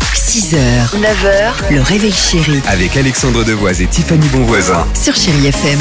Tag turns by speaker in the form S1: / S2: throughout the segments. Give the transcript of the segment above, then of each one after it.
S1: 6h, 9h, le réveil chéri
S2: Avec Alexandre Devoise et Tiffany Bonvoisin.
S1: sur Chéri FM.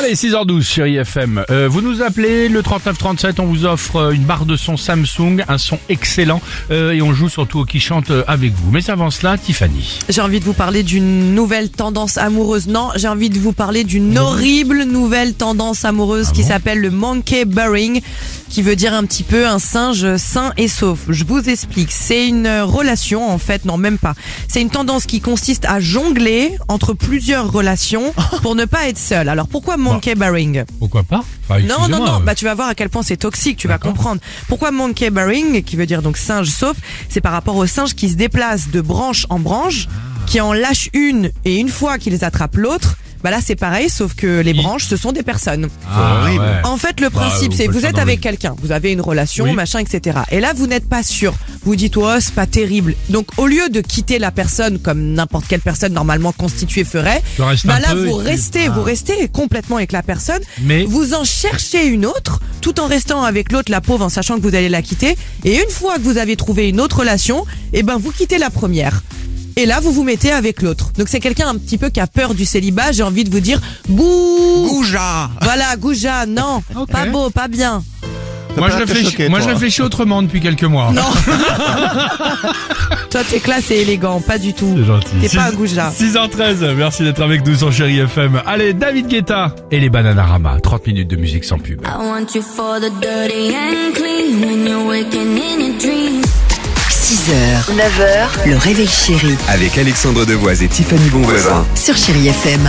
S3: Allez, 6h12 sur IFM. Euh, vous nous appelez le 3937, on vous offre euh, une barre de son Samsung, un son excellent euh, et on joue surtout au qui chante euh, avec vous. Mais avant cela, Tiffany.
S4: J'ai envie de vous parler d'une nouvelle tendance amoureuse. Non, j'ai envie de vous parler d'une horrible nouvelle tendance amoureuse qui s'appelle le monkey bearing, qui veut dire un petit peu un singe sain et sauf. Je vous explique. C'est une relation, en fait, non, même pas. C'est une tendance qui consiste à jongler entre plusieurs relations pour ne pas être seul. Alors pourquoi monkey bearing
S3: Pourquoi pas Enfin,
S4: non, non,
S3: excusez-moi,
S4: non.
S3: euh,
S4: Bah, tu vas voir à quel point c'est toxique. Tu vas
S3: D'accord.
S4: comprendre. Pourquoi monkey bearing, qui veut dire donc singe sauf, c'est par rapport aux singes qui se déplacent de branche en branche, qui en lâchent une et une fois qu'ils attrapent l'autre, bah là c'est pareil, sauf que les
S3: Il-
S4: branches ce sont des personnes.
S3: ah,
S2: horrible.
S3: ouais.
S4: En fait, le
S3: Bah,
S4: principe,
S3: on
S4: c'est
S3: peut
S4: que
S3: le
S4: vous
S3: faire
S4: êtes
S3: dans
S4: avec
S3: le-
S4: quelqu'un, vous avez une relation,
S3: Oui.
S4: machin, etc. Et là, vous n'êtes pas sûr. Vous dites, oh, c'est pas terrible. Donc, au lieu de quitter la personne comme n'importe quelle personne normalement constituée ferait,
S3: Tu restes
S4: bah
S3: un
S4: là,
S3: peu
S4: vous
S3: et puis-
S4: restez, vous restez complètement avec la personne.
S3: Mais-
S4: vous en cherchez une autre, tout en restant avec l'autre, la pauvre, en sachant que vous allez la quitter. Et une fois que vous avez trouvé une autre relation, eh ben, vous quittez la première. Et là, vous vous mettez avec l'autre. Donc, c'est quelqu'un un petit peu qui a peur du célibat. J'ai envie de vous dire, bouh!
S5: Gouja
S4: Voilà, Gouja, non,
S3: Ok.
S4: pas beau, pas
S3: Moi,
S4: bien.
S5: pas
S3: je
S5: l'air très
S3: réfléchis,
S5: choqué,
S3: moi je
S5: toi.
S3: réfléchis autrement depuis quelques mois.
S4: Non. Toi, t'es classe et élégant, pas du tout.
S3: C'est gentil.
S4: T'es
S3: Six-
S4: pas un Gouja.
S3: 6h13, merci d'être avec nous sur Chéri FM. Allez, David Guetta et les Bananarama. 30 minutes de musique sans pub.
S6: I want you for the dirty and clean when you're waking in your dreams.
S1: 6h, 9h, le réveil chéri
S2: Avec Alexandre Devoise et Tiffany Bonvoisin.
S1: sur Chéri FM.